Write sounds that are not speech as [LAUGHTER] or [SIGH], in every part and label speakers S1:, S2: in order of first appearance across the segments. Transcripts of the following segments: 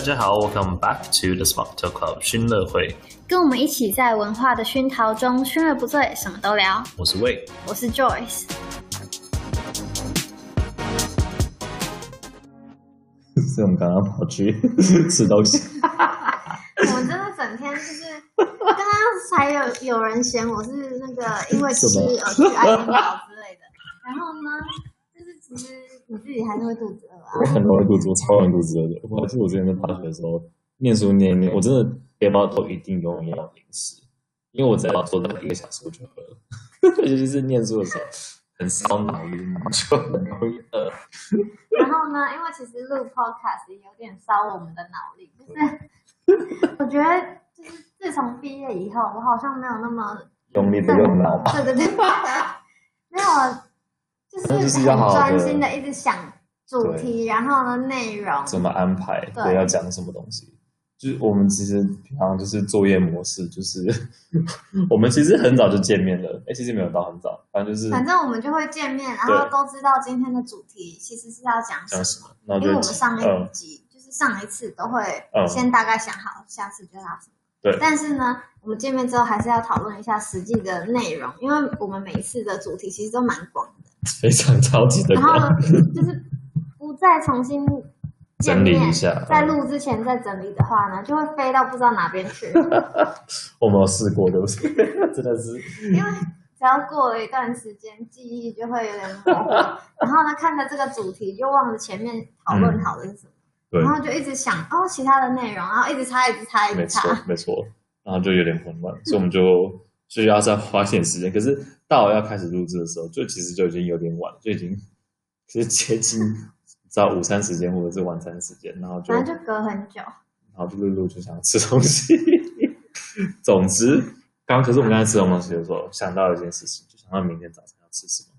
S1: 家好，Welcome back to the Smart Talk Club 熏乐会，
S2: 跟我们一起在文化的熏陶中，熏而不醉，什么都聊。
S1: 我是魏。
S2: 我是 Joyce，
S3: 所以我们刚刚跑去 [LAUGHS] 吃东西。
S4: 我真的整天就是，刚刚才有有人嫌我是那个因为
S3: [LAUGHS]
S4: 吃
S3: 什么
S4: 而去爱心堡之类的，然后呢，就是其实你自己还是会肚子饿啊。
S3: 我很容易肚子，我超容易肚子的。我还记得我之前在大学的时候，念书念一念，我真的背包都一定永远要零食，因为我只要坐到一个小时我就饿了， [LAUGHS] 尤其是念书的时候，很烧脑筋， [LAUGHS] 就很容易饿。
S4: 然后呢，因为其实录 podcast 也有点烧我们的脑力，就是我觉得就是自从毕业以后，我好像没有那么
S3: 用力的用脑吧，
S4: 对对对， [LAUGHS] 没有，
S3: 那
S4: 就
S3: 就是是要
S4: 很
S3: 好
S4: 专
S3: 的
S4: 心的一直想主题，然后呢内容，
S3: 怎么安排，
S4: 对
S3: 对，要讲什么东西。就是我们其实平常就是作业模式，就是 [LAUGHS] 我们其实很早就见面了，哎、其实没有到很早，反正就是
S4: 反正我们就会见面，然后
S3: 对
S4: 都知道今天的主题其实是要讲什
S3: 讲
S4: 么，
S3: 什么，然后
S4: 因
S3: 就
S4: 为我们上
S3: 嗯
S4: 一集、就是上一次都会
S3: 嗯
S4: 先大概想好下次就要什么，
S3: 对
S4: 但是呢，我们见面之后还是要讨论一下实际的内容，因为我们每一次的主题其实都蛮广的，
S3: 非常超级的
S4: 然
S3: 广。
S4: 后就是不再重新见
S3: 整理
S4: 面
S3: 一。下，啊
S4: 在录之前再整理的话呢，就会飞到不知道哪
S3: [LAUGHS]
S4: 边去。
S3: 我没有试过，对不 [LAUGHS] 起，真的是
S4: 因为只要过了一段时间，记忆就会有点
S3: [LAUGHS]
S4: 模糊，然后呢，看着这个主题就忘了前面讨论讨论什么，
S3: 嗯对，
S4: 然后就一直想哦其他的内容，然后一直擦，一直擦，一
S3: 没
S4: 直
S3: 错
S4: 擦。
S3: 没错，然后就有点混乱，所以我们就需要再花一点时间。可是到要开始录制的时候，就其实就已经有点晚，就已经就是接近到午餐时间或者是晚餐时间，然后就
S4: [LAUGHS] 反正就隔很久，
S3: 然后就录录就想吃东西。 [LAUGHS] 总之，刚可是我们刚才吃东西的时候，想到一件事情，就想到明天早餐要吃什么，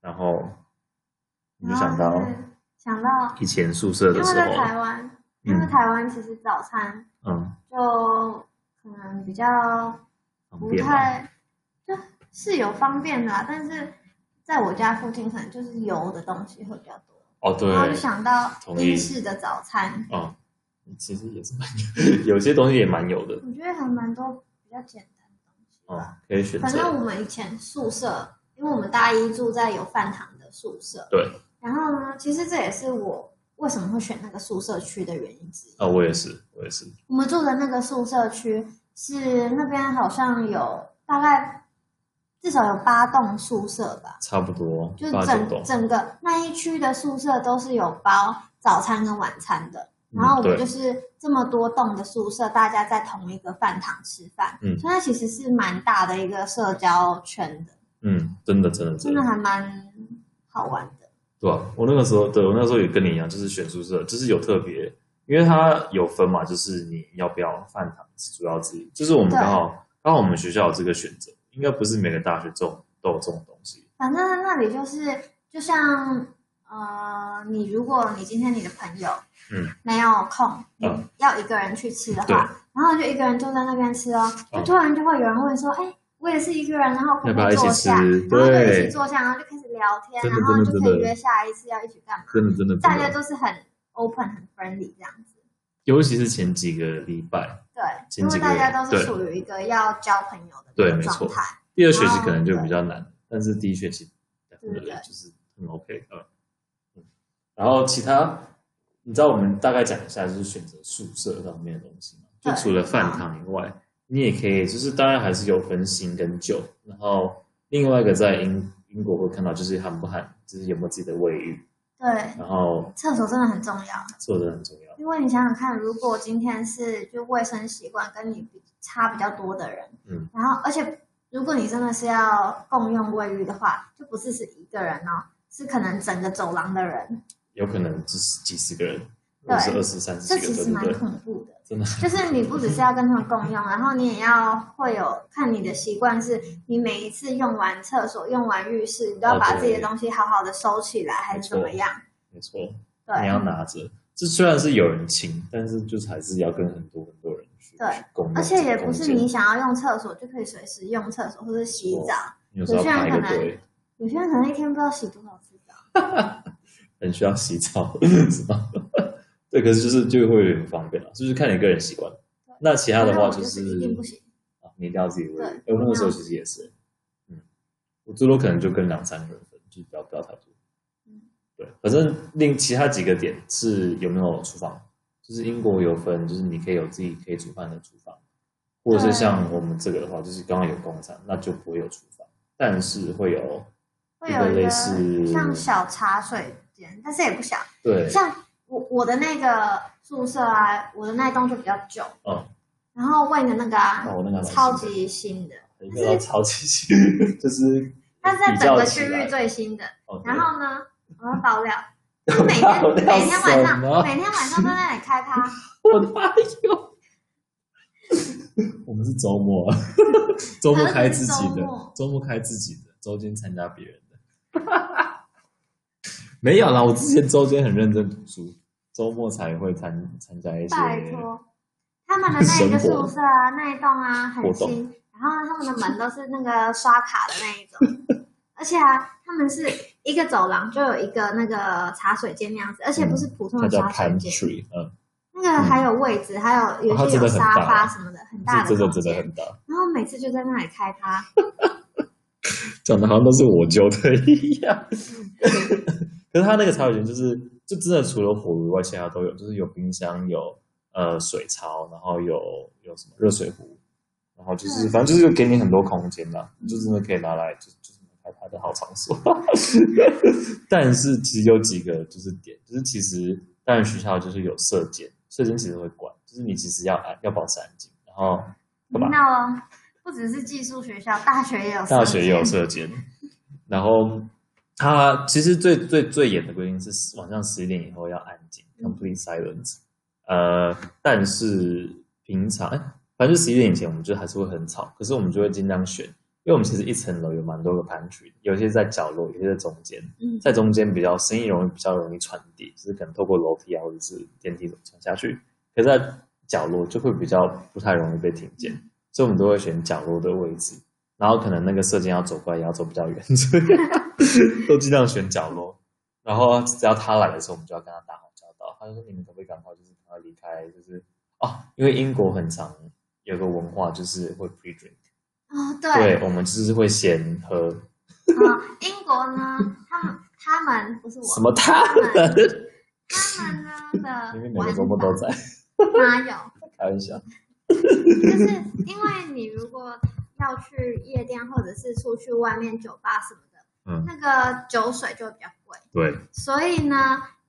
S3: 然后我就
S4: 然后
S3: 想到
S4: 就是想到，
S3: 以前宿舍
S4: 因
S3: 的
S4: 为
S3: 时
S4: 在
S3: 候，
S4: 台湾，因为
S3: 嗯
S4: 台湾其实早餐
S3: 嗯，
S4: 就可能比较
S3: 方
S4: 不
S3: 便吗
S4: 太，就是有方便啦，但是在我家附近可能就是油的东西会比较多，
S3: 哦，对
S4: 然，后就想到
S3: 同意
S4: 英式的早餐。
S3: 嗯，其实也是蛮有， [LAUGHS] 有些东西也蛮有的，
S4: 我觉得还蛮多比较简单的东西
S3: 哦、
S4: 吧。
S3: 可以选
S4: 反正
S3: 择。
S4: 我们以前宿舍，因为我们大一住在有饭堂的宿舍，
S3: 对，
S4: 然后呢，其实这也是我为什么会选那个宿舍区的原因之一。
S3: 啊、我也是，我也是，
S4: 我们住的那个宿舍区是那边好像有大概至少有八栋宿舍吧，
S3: 差不多
S4: 就
S3: 八九
S4: 整
S3: 栋，
S4: 整个那一区的宿舍都是有包早餐跟晚餐的。
S3: 嗯
S4: 然后我们
S3: 对
S4: 就是这么多栋的宿舍，大家在同一个饭堂吃饭，
S3: 嗯
S4: 所以它其实是蛮大的一个社交圈的，
S3: 嗯，真的，真的，
S4: 真
S3: 真
S4: 的
S3: 的，
S4: 还蛮好玩的。
S3: 对吧、我那个时候，对我那时候也跟你一样，就是选宿舍，就是有特别，因为它有分嘛，就是你要不要饭堂主要之一，就是我们
S4: 对
S3: 刚好刚好我们学校有这个选择，应该不是每个大学都有都有这种东西，
S4: 反正那里就是，就像呃，你如果你今天你的朋友
S3: 嗯
S4: 没有空，你
S3: 嗯
S4: 要一个人去吃的
S3: 对
S4: 话，然后就一个人坐在那边吃哦，就
S3: 嗯
S4: 突然就会有人问说，哎。我也是一个人，然后可
S3: 要不
S4: 可
S3: 要
S4: 以
S3: 一起
S4: 坐下？
S3: 吃
S4: 然后就一
S3: 对
S4: 起坐下，然后就开始聊天，
S3: 真的
S4: 然后
S3: 真的
S4: 就可
S3: 真
S4: 以
S3: 的
S4: 约下一次要一起干嘛？
S3: 真的，真的，
S4: 大
S3: 真
S4: 家
S3: 的，
S4: 都是很 open、很 friendly 这样子。
S3: 尤其是前几个礼拜，
S4: 对，
S3: 前
S4: 因
S3: 几
S4: 为
S3: 个
S4: 大家都
S3: 对
S4: 是处于一个要交朋友的
S3: 对
S4: 那个
S3: 没错
S4: 状态。
S3: 第二学期可能就比较难，但是第一学期
S4: 对对对
S3: 就是很 OK 的。嗯，然后其他，你知道我们大概讲一下，就是选择宿舍方面的东西嘛。就
S4: 对
S3: 除了饭堂以外，你也可以，就是当然还是有分新跟旧。然后另外一个在英英国会看到，就是含不含，就是有没有自己的卫浴，
S4: 对，
S3: 然后
S4: 厕所真的很重要，
S3: 做的很重要。
S4: 因为你想想看，如果今天是就卫生习惯跟你比差比较多的人，
S3: 嗯，
S4: 然后而且如果你真的是要共用卫浴的话，就不是是一个人哦，是可能整个走廊的
S3: 嗯
S4: 人，
S3: 有可能就是几十个人，或
S4: 对
S3: 者是二十、三十
S4: 这
S3: 个，
S4: 其
S3: 对
S4: 实
S3: 不
S4: 蛮
S3: 对？
S4: 恐怖的。
S3: 真的，
S4: 就是你不只是要跟他们共用，然后你也要会有看你的习惯，是你每一次用完厕所、用完浴室，你都要
S3: 哦
S4: 把
S3: 对
S4: 自己的东西好好的收起来，还是怎么样？
S3: 没错。你要
S4: 对，
S3: 拿着。这虽然是有人请，但是就是还是要跟很多很多人去
S4: 对
S3: 去共用
S4: 而且也
S3: 这个
S4: 不是
S3: 空间
S4: 你想要用厕所就可以随时用厕所或者洗澡，
S3: 有时候排一个
S4: 有些人可
S3: 队，
S4: 有些人可能一天不知道洗多少次澡。
S3: [LAUGHS] 很需要洗澡，是吧？对，可是就是就会有点不方便了，就是看你个人习惯。那其他的话就
S4: 就是一定不行。
S3: 啊，你一定要自己喂。
S4: 对
S3: 哎我那个时候其实也是，嗯，我最多可能就跟两三个人分，就不要不要太多。
S4: 嗯
S3: 对，反正另其他几个点是有没有厨房，就是英国有分，就是你可以有自己可以煮饭的厨房，或者是
S4: 对
S3: 像我们这个的话，就是刚刚有公餐，那就不会有厨房，但是会有
S4: 会有
S3: 一个
S4: 一
S3: 类
S4: 个
S3: 似
S4: 像小茶水间，但是也不小。
S3: 对，
S4: 像我我的那个宿舍啊，我的那一栋就比较旧，
S3: 嗯，
S4: 然后喂的那个啊，
S3: 哦我那个还蛮新的
S4: 超级新的，
S3: 一个要超级细， [LAUGHS] 就是
S4: 它是在
S3: 比
S4: 整
S3: 较
S4: 个
S3: 起
S4: 区
S3: 来
S4: 域最新的。
S3: 哦对
S4: 然后呢，我要
S3: [LAUGHS]
S4: 爆料，就是每天
S3: 爆料
S4: 每天晚
S3: 什么
S4: 上每天晚上都在那里开趴，
S3: 我哪有？ [LAUGHS] 我们是周末 [LAUGHS] 啊，周末开自己
S4: 可是
S3: 的
S4: 你是周末，
S3: 周末开自己的，周间参加别人的。 [LAUGHS] 没有啦，我之前周间很认真读书，周末才会参参加一些。
S4: 拜托，他们的那一个
S3: 神婆
S4: 宿舍啊，那一栋啊很
S3: 我
S4: 新，然后呢，他们的门都是那个刷卡的那一种，
S3: [LAUGHS]
S4: 而且啊，他们是一个走廊就有一个那个茶水间那样子，而且不是普通
S3: 它
S4: 的
S3: 叫
S4: 茶水间，
S3: pantry，嗯，
S4: 那个还有位置，还有
S3: 哦它
S4: 有些
S3: 真的
S4: 有
S3: 很
S4: 沙
S3: 大
S4: 发什么的，很大
S3: 这真的
S4: 空
S3: 真的
S4: 间。
S3: 很大，
S4: 然后每次就在那里开趴，
S3: 讲的好像都是我揪的一样。 [LAUGHS] 可是它那个茶水间就是，就真的除了火炉以外，其他都有，就是有冰箱，有呃水槽，然后有有什么热水壶，然后就是
S4: 嗯
S3: 反正就是给你很多空间啦，你就真的可以拿来就就是开它的好场所。 [LAUGHS] 但是其实有几个就是点，就是其实当然学校就是有射箭，射箭其实会管，就是你其实要安要保持安静，然后干嘛？
S4: 那哦不只是寄宿学校，大学也有，
S3: 大学也有，射箭，然后他其实最最最严的规定是晚上十一点以后要安静、c o m p l e t e silence。呃，但是平常哎反正十一点以前我们就还是会很吵，可是我们就会尽量选，因为我们其实一层楼有蛮多个 pantry，有些在角落，有些在中间，
S4: 嗯
S3: 在中间比较声音容易比较容易传递，就是可能透过楼梯啊或者是电梯传下去，可是在角落就会比较不太容易被听见，所以我们都会选角落的位置。然后可能那个射箭要走过来也要走比较远，
S4: [LAUGHS]
S3: 所以都尽量选角落。然后只要他来的时候，我们就要跟他打好交道。他就说：“你们可不可以赶快就是赶快离开？就是哦，因为英国很常有个文化就是会 pre drink，
S4: 哦，对，
S3: 对我们就是会先喝
S4: 啊，英国呢，他们他们不是我，
S3: 什么他
S4: 他们
S3: 们，
S4: 他们呢
S3: [LAUGHS]
S4: 的
S3: 因为每个周末都在
S4: 哪有？
S3: 开玩
S4: [LAUGHS]
S3: 笑。
S4: 就是因为你如果要去夜店或者是出去外面酒吧什么的，
S3: 嗯，
S4: 那个酒水就会比较贵，
S3: 对，
S4: 所以呢，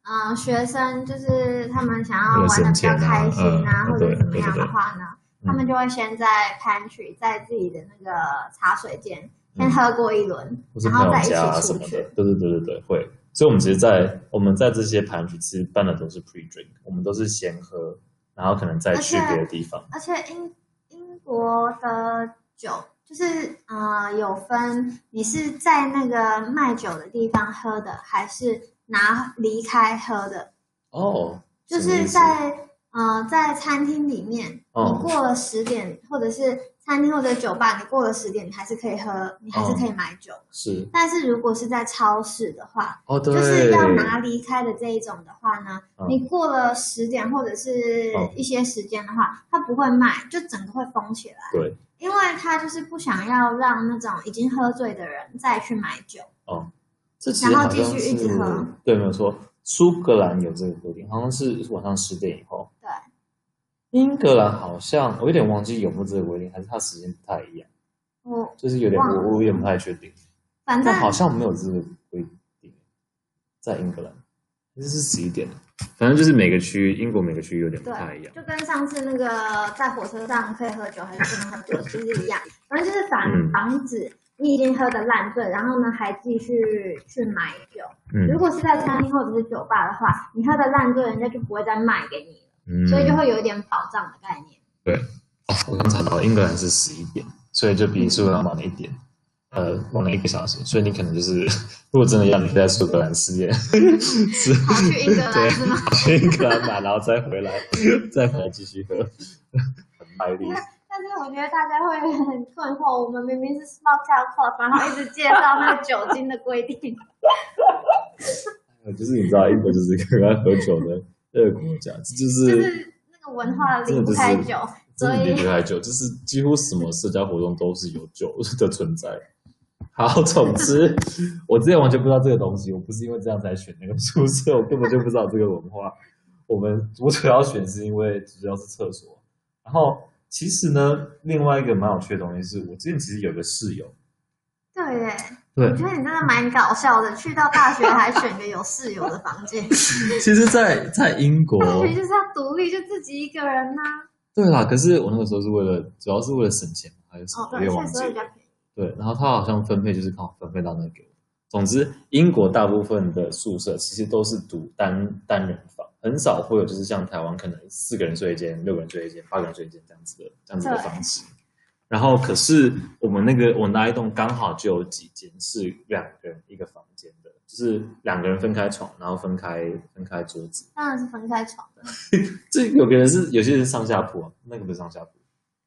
S4: 嗯、学生就是他们想要
S3: 为了
S4: 玩的
S3: 省
S4: 比较
S3: 钱啊
S4: 开心啊，
S3: 嗯
S4: 或者
S3: 对
S4: 怎么
S3: 对嗯
S4: 样
S3: 对
S4: 的
S3: 对
S4: 话呢，他们就会先在 pantry 在自己的那个茶水间先喝过一轮，
S3: 嗯或是
S4: 然
S3: 朋
S4: 后
S3: 友
S4: 再
S3: 家啊
S4: 一
S3: 什
S4: 起出
S3: 么的
S4: 去。，
S3: 对对对对对，会。所以，我们其实在我们在这些盘局其实办的都是 pre drink，我们都是先喝，然后可能再去
S4: 而且
S3: 别的地方。
S4: 而且英英国的酒就是呃有分，你是在那个卖酒的地方喝的，还是拿离开喝的？
S3: 哦，
S4: 就是在呃在餐厅里面，
S3: 哦
S4: 你过了十点，或者是餐厅或者酒吧，你过了十点，你还是可以喝，你还是可以买酒。
S3: 是
S4: 但是如果是在超市的话，
S3: 哦，对，
S4: 就是要拿离开的这一种的话呢，
S3: 嗯
S4: 你过了十点或者是
S3: 嗯
S4: 一些时间的话，它不会卖，就整个会封起来。
S3: 对，
S4: 因为它就是不想要让那种已经喝醉的人再去买酒。
S3: 这其实好像
S4: 然后继续一直
S3: 是
S4: 喝
S3: 对，没有错。苏格兰有这个规定，好像是晚上十点以后。
S4: 对，
S3: 英格兰好像我有点忘记有没有这个规定，还是它时间不太一样，
S4: 我
S3: 就是有点
S4: 忘了
S3: 我我有点不太确定，
S4: 反正
S3: 但好像没有这个规定，在英格兰，这是十一点，反正就是每个区英国每个区有点不太一
S4: 对，
S3: 样。
S4: 就跟上次那个在火车上可以喝酒还是不能喝酒其实
S3: [LAUGHS]
S4: 一样，反正就是防
S3: 嗯
S4: 防止你已经喝的烂醉，然后呢还继续去买酒。如
S3: 嗯
S4: 果是在餐厅或者是酒吧的话，你喝的烂醉，人家就不会再卖给你了，
S3: 嗯，
S4: 所以就会有一点保障的概念。
S3: 哦，我刚才到英格兰是十一点，所以就比苏格兰晚了一点，呃，晚了一个小时。所以你可能就是，如果真的要你在苏格兰失业，是
S4: 跑去英格
S3: 对
S4: 兰是吗？
S3: 去英格兰买，然后再回来，再回来继续喝，很卖力。
S4: 但是我觉得大家会很困惑，我们明明是 small town club，然后一直介绍那个酒精的规定。
S3: 就是你知道，英国就是一个爱喝酒的各个国家，这就
S4: 就是是那个文化
S3: 真
S4: 离
S3: 的
S4: 不
S3: 就是
S4: 开酒，
S3: 真
S4: 所
S3: 的离
S4: 以
S3: 不开酒，就是几乎什么社交活动都是有酒 [LAUGHS] 的存在。好， [LAUGHS] 总之，我之前完全不知道这个东西，我不是因为这样才选那个宿舍， [LAUGHS] 我根本就不知道这个文化。我们我主要选是因为主要是厕所，然后其实呢，另外一个蛮有趣的东西是我之前其实有个室友，
S4: 对耶，
S3: 对
S4: 我觉得你真的蛮搞笑的，去到大学还选个有室友的房间，
S3: 其实在，在英国，
S4: 大学就是要独立，就自己一个人呐、
S3: 对啦，可是我那个时候是为了，主要是为了省钱，还有什
S4: 哦，
S3: 么？我
S4: 对，
S3: 也
S4: 确
S3: 忘
S4: 实
S3: 记
S4: 会比
S3: 了。
S4: 较便宜。
S3: 对，然后他好像分配就是刚好分配到那给我。总之，英国大部分的宿舍其实都是独单单人房，很少会有就是像台湾可能四个人睡一间、六个人睡一间、八个人睡一间这样子的这样子的
S4: 对
S3: 房型。然后可是我们那个我那一栋刚好就有几间是两个人一个房间的，就是两个人分开床，然后分开分开桌子。
S4: 当然是分开床的，
S3: 这有个人是有些人是上下铺、啊，那个不是上下铺，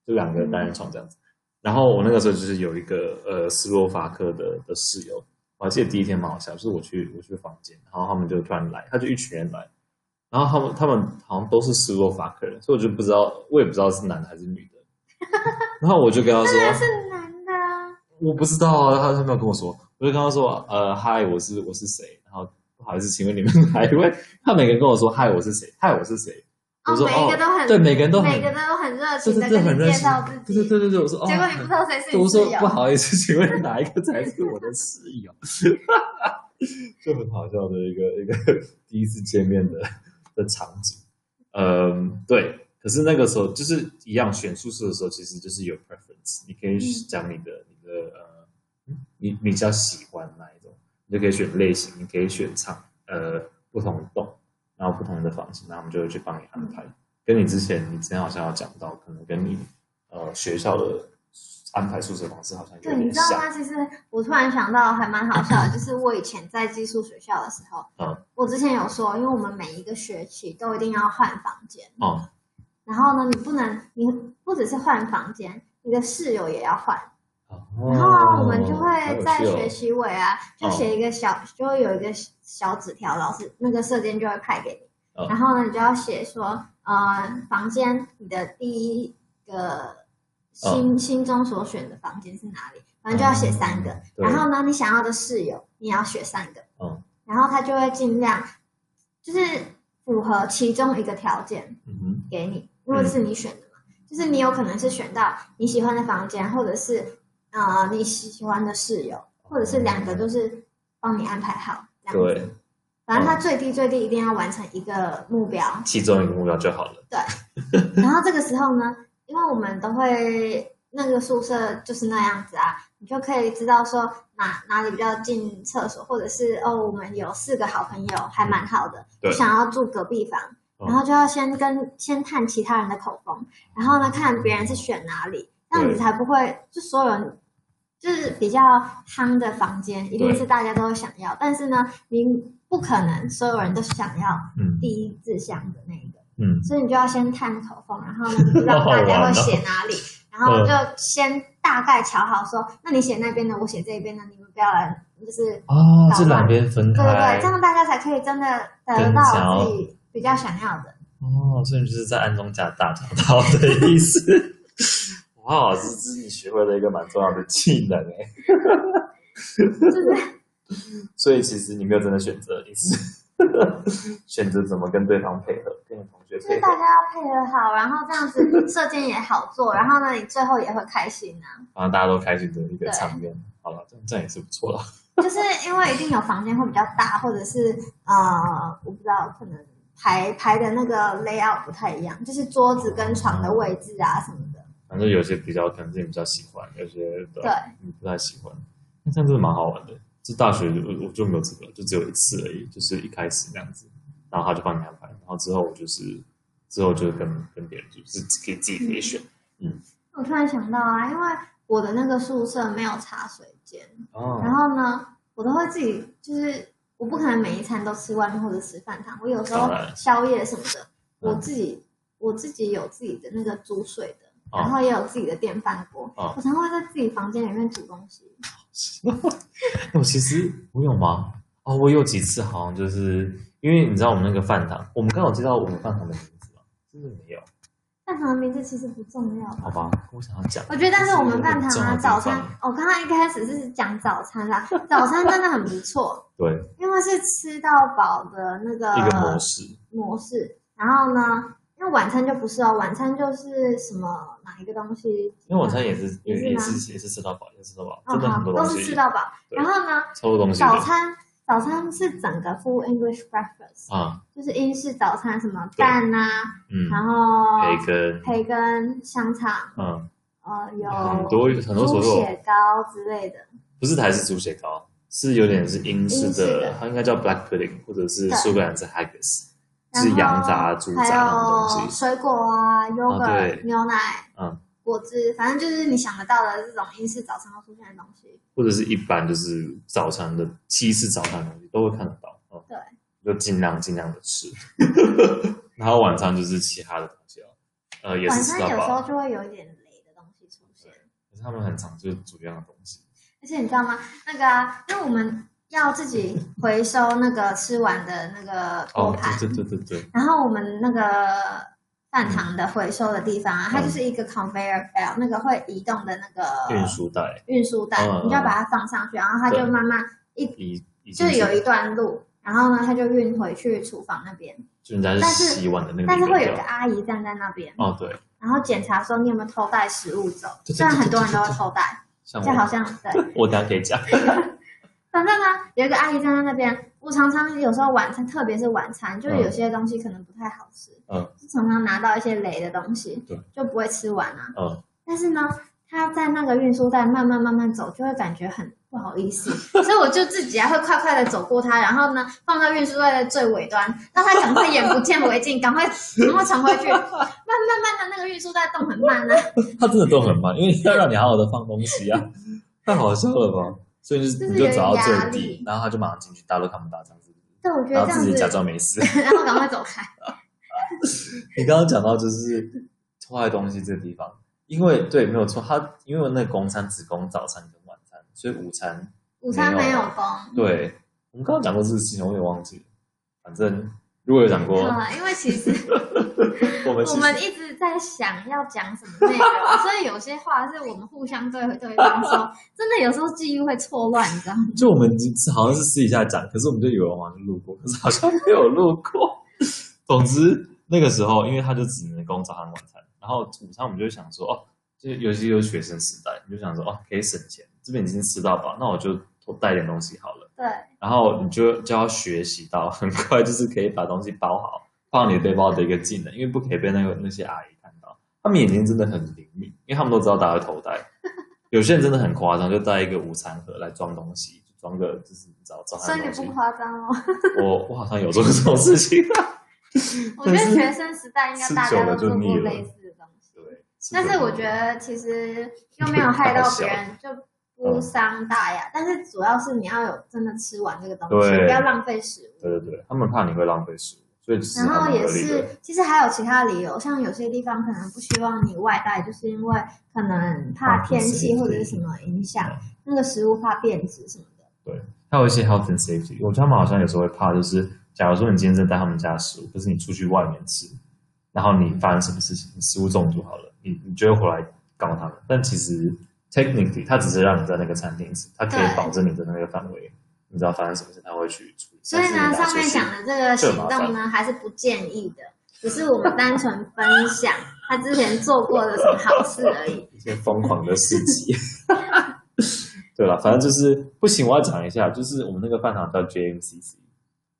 S3: 就两个人单人床这样子。然后我那个时候就是有一个呃斯洛伐克的的室友，我还记得第一天蛮好笑，就是我去我去房间，然后他们就突然来，他就一群人来，然后他们他们好像都是斯洛伐克人，所以我就不知道我也不知道是男的还是女的。然后我就跟他说，
S4: 是男的啊，
S3: 我不知道啊，他他没有跟我说，我就跟他说，呃，嗨，我是我是谁？然后不好意思，请问你们 [LAUGHS] 来，因为他每个人跟我说，嗨，我是谁？嗨，我是谁？我
S4: 哦，
S3: 说
S4: 每一
S3: 哦
S4: 个都很，
S3: 对，每个人都很，
S4: 每个都很热
S3: 对
S4: 情
S3: 对
S4: 的
S3: 对，
S4: 跟
S3: 很
S4: 你
S3: 热
S4: 介
S3: 情
S4: 绍自己，
S3: 对对对对，我说哦，
S4: 结果你不知道谁是
S3: 我
S4: 你室
S3: 说不
S4: 友，
S3: 好意思，请问哪一个才是我的室 [LAUGHS] 友？就很好笑的一个一个第一次见面的的场景。嗯，对。可是那个时候就是一样选宿舍的时候，其实就是有 preference，你可以
S4: 嗯
S3: 讲你的、你的呃，你你比较喜欢哪一种，你就可以选类型，你可以选场呃不同的栋，然后不同的房型，那我们就会去帮你安排。跟你之前你之前好像有讲到，可能跟你呃学校的安排宿舍方式好像有
S4: 对，你
S3: 点
S4: 知道
S3: 像。
S4: 吗？其实我突然想到，还蛮好笑的，就是我以前在寄宿学校的时候，
S3: [LAUGHS] 嗯
S4: 我之前有说，因为我们每一个学期都一定要换房间，
S3: 哦，
S4: 然后呢，你不能，你不只是换房间，你的室友也要换。
S3: 哦
S4: 然后啊，我们就会在学
S3: 习。
S4: 习委啊，
S3: 哦
S4: 就写一个小，就会有一个小纸条，老师那个社监就会派给
S3: 哦
S4: 你。然后呢，你就要写说，呃，房间你的第一个
S3: 哦
S4: 心心中所选的房间是哪里？反正就要写三个
S3: 嗯。对
S4: 然后呢，你想要的室友你也要选三个
S3: 嗯。
S4: 然后他就会尽量就是符合其中一个条件，
S3: 嗯哼
S4: 给你，如果是你选的嘛，就是你有可能是选到你喜欢的房间，或者是呃你喜欢的室友，或者是两个都是帮你安排好。这样子，
S3: 对，嗯
S4: 反正他最低最低一定要完成一个目标。
S3: 其中一个目标就好了。嗯
S4: 然后这个时候呢，因为我们都会那个宿舍就是那样子啊，你就可以知道说哪哪里比较近厕所，或者是哦，我们有四个好朋友还蛮好的，
S3: 对
S4: 就想要住隔壁房，
S3: 嗯
S4: 然后就要先跟先探其他人的口风，然后呢看别人是选哪里，这样
S3: 嗯对
S4: 你才不会就所有人。就是比较夯的房间，一定
S3: 对
S4: 是大家都想要，但是呢，你不可能所有人都想要
S3: 嗯
S4: 第一志向的那一个。
S3: 嗯，
S4: 所以你就要先探口风，然后呢，你不知道大家会写哪里，然后就先大概瞧好说，那你写那边的，我写这边的，你们不要来，就是
S3: 哦，这两边分
S4: 对对对，
S3: 开
S4: 这。样大家才可以真的得到自己比较想要的。
S3: 哦，所以你就是在暗中加大讲到的意思。 [LAUGHS] 哇，这是你学会了一个蛮重要的技能哎。
S4: 就是
S3: 所以其实你没有真的选择，你是
S4: [LAUGHS]
S3: 选择怎么跟对方配合，跟你同学
S4: 就是
S3: 配
S4: 大
S3: 合，
S4: 家要配合好，然后这样子射箭也好做，然后呢，你最后也会开心啊。
S3: 然后大家都开心的一个
S4: 对
S3: 场面。好了，这样这样也是不错了。
S4: 就是因为一定有房间会比较大，或者是呃，我不知道，可能排排的那个 layout 不太一样，就是桌子跟床的位置啊什么的。
S3: 反正有些比较可能是你比较喜欢，有些对
S4: 对
S3: 你不太喜欢。那这样真的蛮好玩的。就大学我我就没有这个，就只有一次而已，就是一开始那样子，然后他就帮你安排，然后之后我就是之后就跟跟别人就是可以自己可以选。
S4: 我突然想到啊，因为我的那个宿舍没有茶水间，
S3: 哦
S4: 然后呢，我都会自己就是，我不可能每一餐都吃外面或者吃饭堂，我有时候
S3: 当然
S4: 宵夜什么的，我
S3: 嗯
S4: 自己我自己有自己的那个煮水的，
S3: 哦
S4: 然后也有自己的电饭锅，
S3: 哦哎
S4: 我常常会在自己房间里面煮东西。
S3: 我其实我有吗？哦，我有几次好像就是因为你知道我们那个饭堂，我们刚好知道我们饭堂的名字吗？真的没有，
S4: 饭堂的名字其实不重要。
S3: 好吧，我想要讲，
S4: 我觉得，但是我们饭堂
S3: 这
S4: 啊，
S3: 种地
S4: 早
S3: 方
S4: 餐，我刚刚一开始是讲早餐啦，早餐真的很不错，
S3: 对
S4: 因为是吃到饱的那个
S3: 一个模式，
S4: 模式。然后呢，因为晚餐就不是哦，晚餐就是什么哪一个东西，
S3: 因为晚餐也是也
S4: 也是
S3: 也
S4: 吗
S3: 是也是吃到饱，也是吃到饱，
S4: 嗯
S3: 真的很
S4: 好
S3: 多
S4: 都
S3: 东
S4: 是
S3: 西
S4: 吃，到饱。
S3: 对
S4: 然后呢，
S3: 超多东西的
S4: 早餐早餐是整个 full English breakfast，
S3: 啊，
S4: 就是英式早餐，什么
S3: 对
S4: 蛋啊，
S3: 嗯，
S4: 然后
S3: 培根，
S4: 培根、香肠，
S3: 嗯，
S4: 呃，有
S3: 很多很多所
S4: 猪
S3: 有
S4: 血糕之类的。
S3: 不是台式猪血糕，是有点是英式
S4: 英式
S3: 的
S4: 的，
S3: 它应该叫 black pudding，或者是
S4: 对
S3: 苏格兰是 haggis，
S4: 然
S3: 是
S4: 后
S3: 羊杂、猪杂那种
S4: 还有
S3: 东西，
S4: 水果啊、yogurt、
S3: 对
S4: 牛奶、
S3: 嗯，
S4: 果汁，反正就是你想得到的这种英式早餐会出现的东西。
S3: 或者是一般就是早餐的西式早餐的东西都会看得到，嗯，
S4: 对，
S3: 就尽量尽量的吃， [LAUGHS] 然后晚餐就是其他的东西了，呃，也
S4: 晚
S3: 是吃到
S4: 上有时候
S3: 饱，
S4: 就会有一点雷的东西出现，
S3: 可是他们很常就是煮一样的东西，
S4: 而且你知道吗？那个、啊，因为我们要自己回收那个吃完的那个托
S3: 哦
S4: 盘，，
S3: 对对对对对。
S4: 然后我们那个饭堂的回收的地方啊，它就是一个 conveyor belt，那个会移动的那个
S3: 运输带
S4: 运输带，
S3: 嗯嗯嗯
S4: 你就要把它放上去，然后它就
S3: 对
S4: 慢慢
S3: 已已
S4: 就
S3: 经
S4: 有一段路，然后呢，它就运回去厨房那边，
S3: 就人家
S4: 但是
S3: 是洗碗的那个
S4: 但是
S3: 地方
S4: 会有
S3: 掉
S4: 一个阿姨站在那边，
S3: 哦，对，
S4: 然后检查说你有没有偷带食物走，
S3: 对对对
S4: 虽然很多人都会偷带，
S3: 像
S4: 就好
S3: 我
S4: 像对，
S3: 我等下可以讲， [LAUGHS]
S4: 反正呢，有一个阿姨站在那边，我常常有时候晚餐，特别是晚餐，就是有些东西可能不太好吃，
S3: 嗯，
S4: 就常常拿到一些雷的东西，
S3: 对，
S4: 就不会吃完啊。
S3: 嗯，
S4: 但是呢，他在那个运输带慢慢慢慢走，就会感觉很不好意思，所以我就自己啊会快快的走过他，然后呢放到运输带的最尾端，让他赶快眼不见为净，赶快然后沉回去。慢慢慢的那个运输带动很慢啊呢、
S3: 他真的都很慢，因为要让你好好的放东西啊， [LAUGHS] 太好笑了吧？所以你
S4: 就
S3: 就是你就找到
S4: 有点压
S3: 最
S4: 力
S3: 底，然后他就马上进去大陆看不到这样子，
S4: 对，我觉
S3: 然
S4: 得
S3: 后自己
S4: 这
S3: 假
S4: 样子，
S3: 装没事。
S4: 然后赶快走开。
S3: 你刚刚讲到就是偷坏东西这个地方，因为对，没有错，他因为那个公餐只供早餐跟晚餐，所以午餐
S4: 午餐没有工，
S3: 对我们刚刚讲过这个事情，我也忘记了，反正如果有讲过，
S4: 嗯，因为其实
S3: 我们
S4: 我
S3: 其实
S4: 们一直在想要讲什么内容，所以有些话是我们互相对对方说，真的有时候记忆会错乱，你知道吗？
S3: 就我们好像是私底下讲，可是我们就以为我们好像录过，可是好像没有录过。总之那个时候，因为他就只能供早餐晚餐，然后午餐我们就想说，哦，就尤其有学生时代，你就想说，哦，可以省钱，这边已经吃到饱，那我就多带点东西好了。
S4: 对。
S3: 然后你就就要学习到，很快就是可以把东西包好，放你背包的一个技能，因为不可以被那个那些阿姨看到，他们眼睛真的很灵敏，因为他们都知道大家会
S4: [LAUGHS]
S3: 头戴。有些人真的很夸张，就带一个午餐盒来装东西，就装个就是你知道装
S4: 所
S3: 他
S4: 以
S3: 的
S4: 你
S3: 东
S4: 不
S3: 西。
S4: 夸张
S3: [LAUGHS]
S4: 哦，
S3: 我我好像有做过这种事情， [LAUGHS]
S4: 我觉得学生时代应该大家都
S3: 吃久
S4: 做过
S3: 了就腻了
S4: 类似的东西，
S3: 对。
S4: 但是我觉得其实又没有害到别人，就
S3: 嗯
S4: 不伤大雅。但是主要是你要有真的吃完这个东西，
S3: 对
S4: 不要浪费食物。
S3: 对对对，他们怕你会浪费食物，所以其实
S4: 然
S3: 还
S4: 后
S3: 蛮
S4: 也
S3: 合理的。
S4: 是，其实还有其他理由，像有些地方可能不希望你外带，就是因为可能怕天气或者是什么影响，那个食物怕变质什么的。
S3: 还有一些 health and safety，我觉得他们好像有时候会怕，就是假如说你今天在带他们家的食物，可是你出去外面吃，然后你发生什么事情，你食物中毒好了，你你就会回来告他们。但其实 technically，他只是让你在那个餐厅吃，他可以
S4: 对
S3: 保证你的那个范围，你知道发生什么事他会去处理。
S4: 所以
S3: 但是你
S4: 呢，
S3: 拿
S4: 上
S3: 出
S4: 面
S3: 去
S4: 讲的这个行动
S3: 这
S4: 呢，还是不建议的，只是我们单纯分享他之前做过的什么好事而已。
S3: 一些疯狂的事
S4: [LAUGHS]
S3: 迹。 [LAUGHS] 对了，反正就是不行，我要讲一下，就是我们那个饭堂叫 JMCC，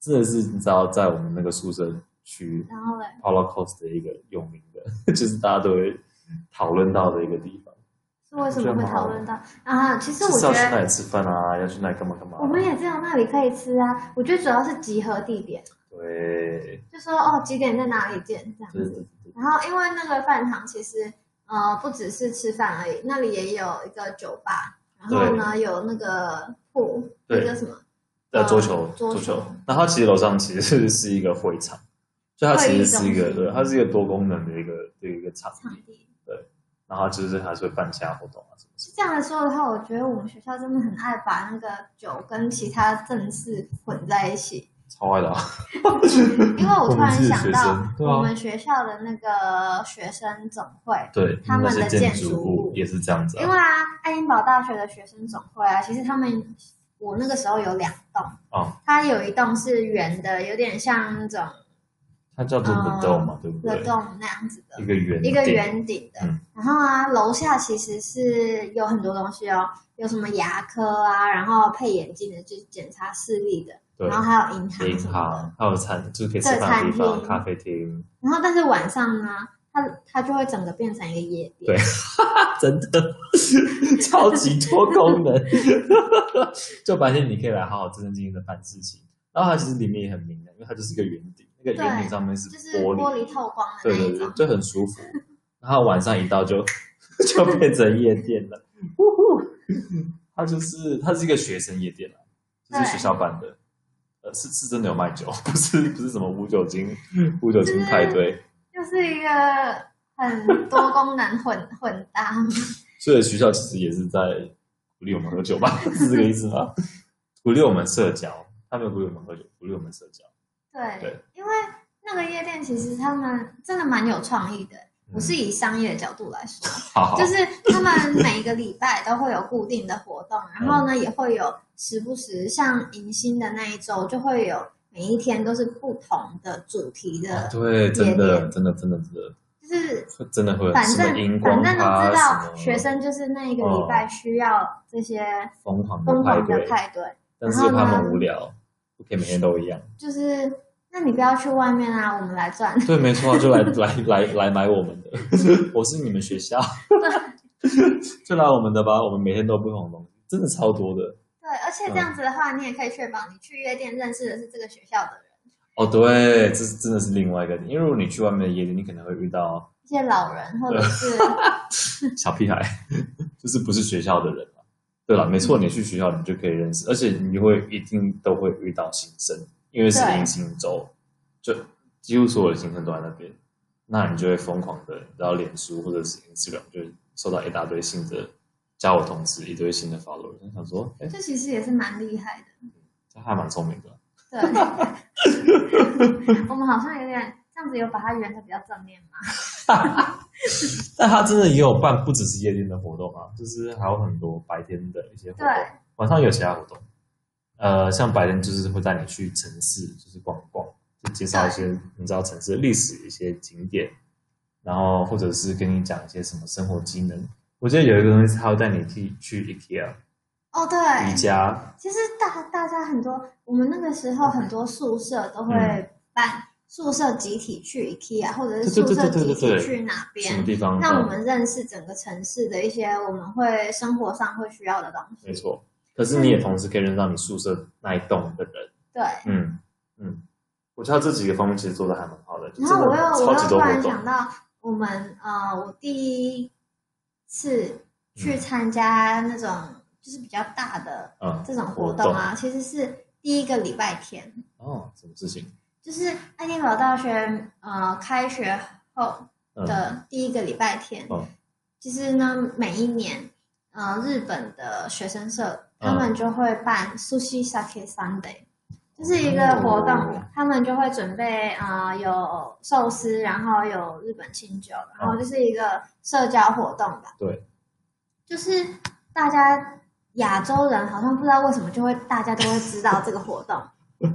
S3: 真的是你知道，在我们那个宿舍区，
S4: 然后嘞，
S3: Holocaust 的一个有名的， [LAUGHS] 就是大家都会讨论到的一个地方。
S4: 是为什么会讨论到啊？其实我
S3: 就是
S4: 觉
S3: 要去
S4: 得
S3: 那里吃饭啊，要去那里干嘛干嘛。
S4: 我们也知道那里可以吃啊，我觉得主要是集合地点，
S3: 对，
S4: 就说哦几点在哪里见这样
S3: 对
S4: 子。
S3: 对对
S4: 然后因为那个饭堂其实呃不只是吃饭而已，那里也有一个酒吧，然后呢有那个铺，那
S3: 对
S4: 个什么
S3: 呃，桌球，
S4: 桌
S3: 桌
S4: 球
S3: 球。那它其实楼上其实是是一个会场，就它其实是一
S4: 会议
S3: 个
S4: 中心
S3: 对，它是一个多功能的一个的一个场地。
S4: 场地。
S5: 然后就是还是会办其他活动啊什么什么。
S4: 是这样来说的话，我觉得我们学校真的很爱把那个酒跟其他正事混在一起。
S3: 超爱的、啊，
S4: [LAUGHS] 因为我突
S5: 我
S4: 然想
S5: 们
S4: 到
S5: 自己的学生，对啊
S4: 我们学校的那个学生总会，
S3: 对，
S4: 他们的
S3: 那些
S4: 建
S3: 建
S4: 筑物
S3: 筑物也是这样子、
S4: 因
S3: 啊，
S4: 为啊，爱丁堡大学的学生总会啊，其实他们我那个时候有两栋，
S3: 哦
S4: 它有一栋是圆的，有点像那种
S3: 它叫做 The Dome 嘛，对不
S4: 的
S3: 对？
S4: 洞那样子的
S3: 一，个圆
S4: 呃一个
S3: 顶
S4: 圆顶的。
S3: 嗯
S4: 然后啊，楼下其实是有很多东西哦，有什么牙科啊，然后配眼镜的，就是检查视力的，
S3: 对
S4: 然后还有银行什
S3: 银
S4: 么的。
S3: 行，还有餐，就是可以吃
S4: 对
S3: 饭的地
S4: 餐
S3: 方，
S4: 厅
S3: 咖啡厅，
S4: 然后但是晚上呢，它它就会整个变成一个夜店。
S3: 对 [LAUGHS] 真 [LAUGHS] 的超级多功能。 [LAUGHS] 就白天你可以来好好正正经经的办事情，然后它其实里面也很明亮，因为它就是一个圆顶，那个圆顶上面是
S4: 就是
S3: 玻
S4: 玻璃透光的
S3: 对
S4: 那一
S3: 对对
S4: 种，。
S3: 就很舒服。然后晚上一到就 [LAUGHS] 就变成夜店了，呼呼它就是它是一个学生夜店啊，就是
S4: 对
S3: 学校办的，呃，是是真的有卖酒，不是不是什么无酒精无酒精派对。
S4: 就是一个很多功能混 [LAUGHS] 混搭。
S3: 所以学校其实也是在鼓励我们喝酒吧， [LAUGHS] 是这个意思吗？鼓励我们社交，他没有鼓励我们喝酒，鼓励我们社交。
S4: 对，
S3: 对
S4: 因为那个夜店其实他们真的蛮有创意的。
S3: 嗯
S4: 我是以商业的角度来说，
S3: 好好，
S4: 就是他们每个礼拜都会有固定的活动，
S3: 嗯
S4: 然后呢也会有时不时像迎新的那一周就会有每一天都是不同的主题的，
S3: 对，真
S4: 夜
S3: 的，
S4: 店
S3: 真的，真的，真的，
S4: 就是
S3: 真的会有
S4: 反
S3: 啊什么荧
S4: 正
S3: 光
S4: 反正都
S3: 咖
S4: 知
S3: 什
S4: 道
S3: 么
S4: 学生就是那一个礼拜需要这些
S3: 疯狂的
S4: 疯
S3: 派
S4: 狂的
S3: 对，
S4: 派对。
S3: 但是怕他们无聊，不可以每天都一样。
S4: 就是那你不要去外面啊，我们来赚。
S3: 对，没错啊，就来 [LAUGHS] 来来来买我们的， [LAUGHS] 我是你们学
S4: [LAUGHS]
S3: 校， [LAUGHS] 就来我们的吧，我们每天都有不同的东西，真的超多的。
S4: 对，而且这样子的话，你也可以确保你去夜店认识的是这个学校的人，
S3: 哦，对，这是真的是另外一个点，因为如果你去外面的夜店，你可能会遇到
S4: 一些老人或者是
S3: 小屁孩， [LAUGHS] 就是不是学校的人啊。对了，没错，你去学校你就可以认识，而且你会一定都会遇到新生，因为是
S4: 对
S3: 迎新周，就几乎所有的新生都在那边，那你就会疯狂的，然后脸书或者是 Instagram 就会收到一大堆新的加我同事，一堆新的 follower，我想说，哎，
S4: [LAUGHS] 这其实也是蛮厉害的。
S3: 他还蛮聪明的，啊
S4: 对， [LAUGHS] 我们好像有点这样子，有把它圆的比较正面嘛。
S3: 但他真的也有办不只是夜店的活动啊，就是还有很多白天的一些活动
S4: 对，
S3: 晚上也有其他活动。呃，像白天就是会带你去城市，就是逛逛，就介绍一些你知道城市的历史、一些景点，然后或者是跟你讲一些什么生活技能。我记得有一个东西，他会带你去去 IKEA
S4: 哦，对，
S3: 宜家，
S4: 其实大大家很多，我们那个时候很多宿舍都
S3: 嗯
S4: 会办宿舍集体去 IKEA，或者是
S3: 对
S4: 宿
S3: 对对
S4: 舍
S3: 对对
S4: 集
S3: 对对
S4: 体去哪
S3: 什么
S4: 边，
S3: 地方？
S4: 让我
S3: 嗯
S4: 们认识整个城市的一些我们会生活上会需要的东西。
S3: 没错。可是你也同时可以认识到你宿舍那一栋的人。
S4: 对，
S3: 嗯嗯，我觉得他这几个方面其实做的还蛮好的，就
S4: 然
S3: 真
S4: 后
S3: 的
S4: 我又
S3: 超
S4: 我
S3: 级
S4: 又
S3: 多
S4: 突
S3: 活
S4: 然
S3: 动。
S4: 想到，我们呃，我第一次去参加那种就是比较大的
S3: 嗯，
S4: 这种活动啊，其实是第一个礼拜天，
S3: 哦，什么事情？
S4: 就是爱丁堡大学呃开学后
S3: 嗯，
S4: 的第一个礼拜天。
S3: 哦
S4: 其实呢，每一年呃日本的学生社他
S3: 嗯
S4: 们就会办 Sushi Sake Sunday。就是一个活动，
S3: 哦
S4: 他们就会准备呃有寿司，然后有日本清酒，然后就是一个社交活动
S3: 哦
S4: 吧。
S3: 对，
S4: 就是大家亚洲人好像不知道为什么就会大家都会知道这个活动，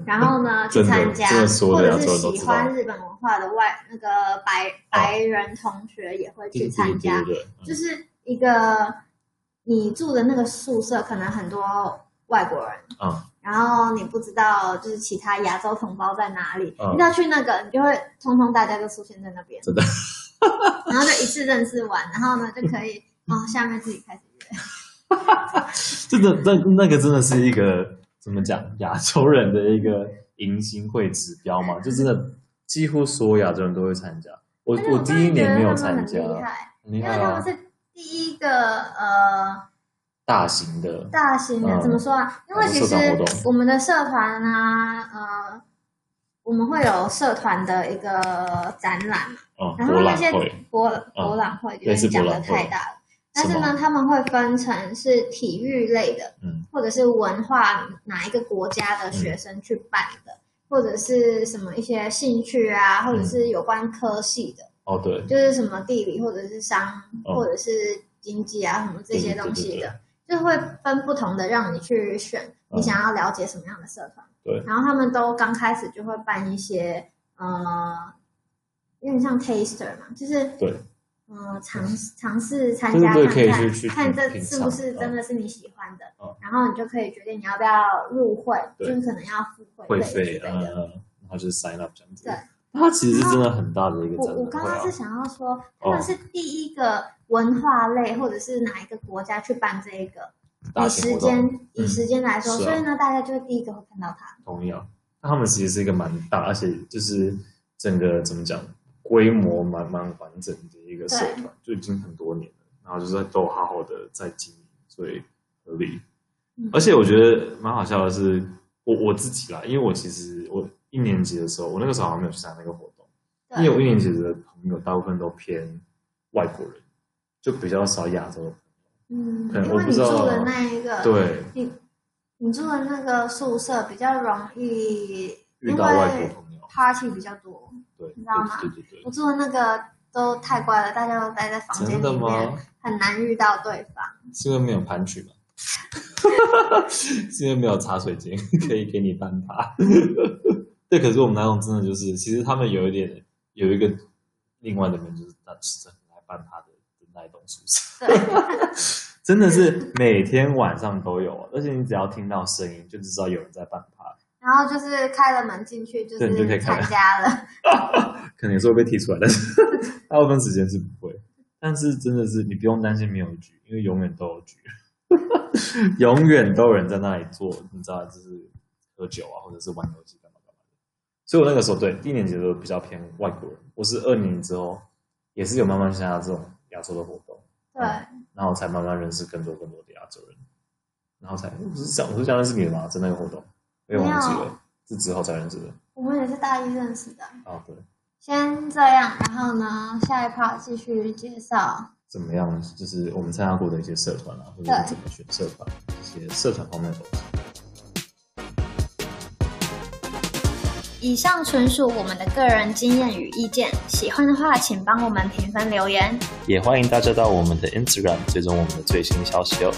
S4: 然后呢
S3: 真
S4: 去
S3: 的
S4: 参加，
S3: 真的所有
S4: 或
S3: 的亚
S4: 者
S3: 洲
S4: 是
S3: 人都知道
S4: 喜欢日本文化的外那个白白人同学也会去参加，
S3: 对对嗯对对
S4: 就
S3: 对，
S4: 是一个你住的那个宿舍可能很多外国人。
S3: 嗯，
S4: 然后你不知道就是其他亚洲同胞在哪里，
S3: 嗯
S4: 你只要去那个，你就会通通大家都出现在那边，
S3: 真的，
S4: [LAUGHS] 然后就一次认识完，然后呢就可以哦，下面自己开始约，
S3: 真的那那个真的是一个怎么讲亚洲人的一个迎新会指标嘛，就真的几乎所有亚洲人都会参加。我
S4: 但是
S3: 我
S4: 哎真
S3: 第
S4: 的
S3: 一年没有
S4: 觉得他
S3: 参
S4: 们
S3: 加，
S4: 很
S3: 很厉
S4: 厉害，因为
S3: 害
S4: 他们
S3: 啊，
S4: 是第一个呃
S3: 大型的，
S4: 大型的，
S3: 嗯
S4: 怎么说啊？因为其
S3: 社团活
S4: 实
S3: 动
S4: 我们的社团啊，呃，我们会有社团的一个展览嘛，
S3: 哦，
S4: 然后
S3: 博
S4: 那
S3: 览
S4: 些
S3: 会，啊
S4: 博博览会，有
S3: 类似
S4: 点
S3: 博
S4: 讲的
S3: 览会
S4: 太大了。但是
S3: 什
S4: 呢，他们会分成是体育类的，
S3: 嗯
S4: 或者是文化哪一个国家的学生去办的，
S3: 嗯
S4: 或者是什么一些兴趣啊，或者
S3: 嗯
S4: 是有关科系的，
S3: 哦对，
S4: 就是什么地理或者是商、
S3: 哦
S4: 或者是经济啊什么这些东西
S3: 对对对
S4: 的，就是会分不同的让你去选，
S3: 嗯
S4: 你想要了解什么样的社团。
S3: 对
S4: 然后他们都刚开始就会办一些呃，有点像 taster 嘛，就是
S3: 对。
S4: 呃，尝试尝试参
S3: 对
S4: 加
S3: 对对
S4: 看
S3: 可以
S4: 看，
S3: 去去
S4: 看这
S3: 品
S4: 是不
S3: 尝
S4: 是
S3: 嗯
S4: 真的是你喜欢的，
S3: 嗯
S4: 然后你就可以决定你要不要入会，就
S3: 对
S4: 是可能要付
S3: 会
S4: 费
S3: 费
S4: 之类
S3: 啊，
S4: 的。
S3: 呃然后就是 sign up 这样子
S4: 对。
S3: 它其实是真的很大的一个
S4: 我
S3: 展
S4: 我
S3: 览
S4: 刚
S3: 会
S4: 刚
S3: 啊
S4: 是，想要说，他们
S3: 哦
S4: 是第一个文化类或者是哪一个国家去办这一个，
S3: 大
S4: 以
S3: 型
S4: 时
S3: 活动
S4: 间以时间来说，
S3: 是啊
S4: 所以呢，大家就会第一个会看到它。
S3: 同样，那他们其实是一个蛮大，而且就是整个怎么讲，规模蛮蛮完整的一个社团，就已经很多年了，然后就是都有好好的在经营，所以合理。
S4: 嗯
S3: 而且我觉得蛮好笑的是，我我自己啦，因为我其实我一年级的时候，我那个时候好像没有去参加那个活动，因为
S4: 对，
S3: 我一年级的朋友大部分都偏外国人，就比较少亚洲。
S4: 嗯，
S3: 可能
S4: 因
S3: 我
S4: 为
S3: 不
S4: 你
S3: 知
S4: 住
S3: 道啊
S4: 的那一个，
S3: 对，
S4: 你你住的那个宿舍比较容易，
S3: 遇
S4: 因
S3: 到外
S4: 为
S3: 国朋友，
S4: party 比较多。
S3: 对，
S4: 知道吗
S3: 对对对
S4: 我住的那个都太乖了，大家都待在房
S3: 对，
S4: 间
S3: 真的
S4: 里面
S3: 吗，？
S4: 很难遇到对方。
S3: 是因为没有盘曲吗？是因为没有茶水间 [LAUGHS] 可以给你翻爬。对，可是我们那种真的就是，其实他们有一点有一个另外的门，就是他是很爱翻爬的的那一栋宿舍，
S4: 对， [LAUGHS]
S3: 真的是每天晚上都有，哦而且你只要听到声音就知道有人在翻爬，
S4: 然后就是开了门进去，就
S3: 对你就可
S4: 是
S3: 以看
S4: 参加了。 [LAUGHS]
S3: 可能有时候被踢出来，但是大部分时间是不会。但是真的是你不用担心没有局，因为永远都有局，永远都有人在那里做，你知道，就是喝酒啊，或者是玩游戏干嘛干嘛的。所以我那个时候对一年级的时候比较偏外国人，我是二年级之后也是有慢慢参加这种亚洲的活动，
S4: 对，
S3: 然后才慢慢认识更多更多的亚洲人，然后才我是讲我是讲认识你的吗？在那个活动，我也忘记
S4: 没
S3: 了，是之后才认识的
S4: 我们也是大一认识的。
S3: 啊，对。
S4: 先这样，然后呢，下一 part 继续介绍。
S3: 怎么样，就是我们参加过的一些社团啊，或者
S4: 对
S3: 是怎么选社团，一些社团方面的东西。
S2: 以上纯属我们的个人经验与意见，喜欢的话请帮我们评分留言。
S1: 也欢迎大家到我们的 Instagram 追踪我们的最新消息哦。